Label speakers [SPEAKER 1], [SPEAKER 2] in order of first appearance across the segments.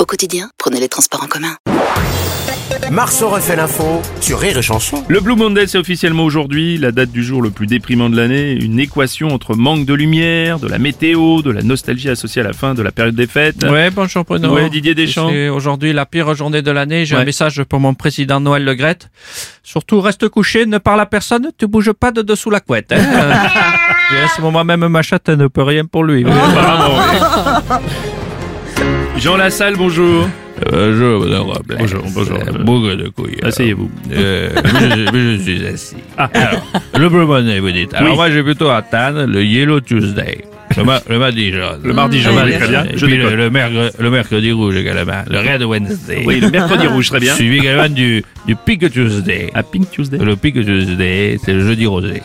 [SPEAKER 1] Au quotidien, prenez les transports en commun.
[SPEAKER 2] Marceau refait l'info sur Rire et Chanson.
[SPEAKER 3] Le Blue Monday, c'est officiellement aujourd'hui la date du jour le plus déprimant de l'année. Une équation entre manque de lumière, de la météo, de la nostalgie associée à la fin de la période des fêtes.
[SPEAKER 4] Ouais, bonjour Bruno.
[SPEAKER 3] Ouais, Didier Deschamps.
[SPEAKER 4] C'est aujourd'hui la pire journée de l'année. J'ai
[SPEAKER 3] Ouais.
[SPEAKER 4] un message pour mon président Noël Le Legrette. Surtout, reste couché, ne parle à personne, tu bouges pas de dessous la couette. Hein. Et à ce moment même, ma chatte ne peut rien pour lui.
[SPEAKER 3] Apparemment, ouais. Jean Lassalle, bonjour.
[SPEAKER 5] Bonjour, madame Robles.
[SPEAKER 3] Bonjour, bonjour.
[SPEAKER 5] Euh, Bougre de couilles.
[SPEAKER 3] Asseyez-vous.
[SPEAKER 5] Euh, mais je, mais je suis assis. Alors, le Blue Monday, vous dites. Alors,
[SPEAKER 3] Ah. Oui.
[SPEAKER 5] moi, j'ai plutôt à Tannes le Yellow Tuesday. Le, ma- le mardi jaune.
[SPEAKER 3] Le mardi jaune, très bien.
[SPEAKER 5] Et
[SPEAKER 3] Je
[SPEAKER 5] puis le,
[SPEAKER 3] décolle.
[SPEAKER 5] le mercre- le mercredi rouge également. Le Red Wednesday.
[SPEAKER 3] Oui, le mercredi rouge, très bien.
[SPEAKER 5] Suivi également du, du Pink Tuesday.
[SPEAKER 3] À Pink Tuesday.
[SPEAKER 5] Le Pink Tuesday, c'est le jeudi rosé.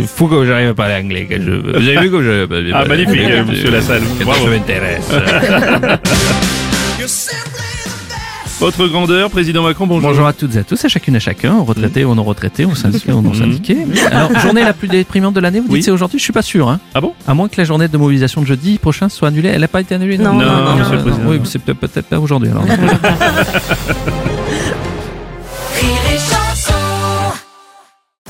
[SPEAKER 5] Il faut que j'arrive à parler anglais quand je veux. Vous avez vu comme je.
[SPEAKER 3] Ah, magnifique, euh, monsieur Lassalle. Bravo.
[SPEAKER 5] Je m'intéresse.
[SPEAKER 3] Votre grandeur, président Macron, bonjour.
[SPEAKER 4] Bonjour à toutes et à tous, à chacune et à chacun, aux retraités, aux non-retraités, aux syndiqués, aux non-syndiqués. Alors, journée la plus déprimante de l'année, vous
[SPEAKER 3] Oui.
[SPEAKER 4] dites c'est aujourd'hui, je suis pas sûr. Hein.
[SPEAKER 3] Ah bon
[SPEAKER 4] À moins que la journée de mobilisation de jeudi prochain soit annulée. Elle n'a pas été annulée
[SPEAKER 3] Non, non, non, monsieur le président.
[SPEAKER 4] Oui, mais c'est peut-être peut-être pas aujourd'hui alors.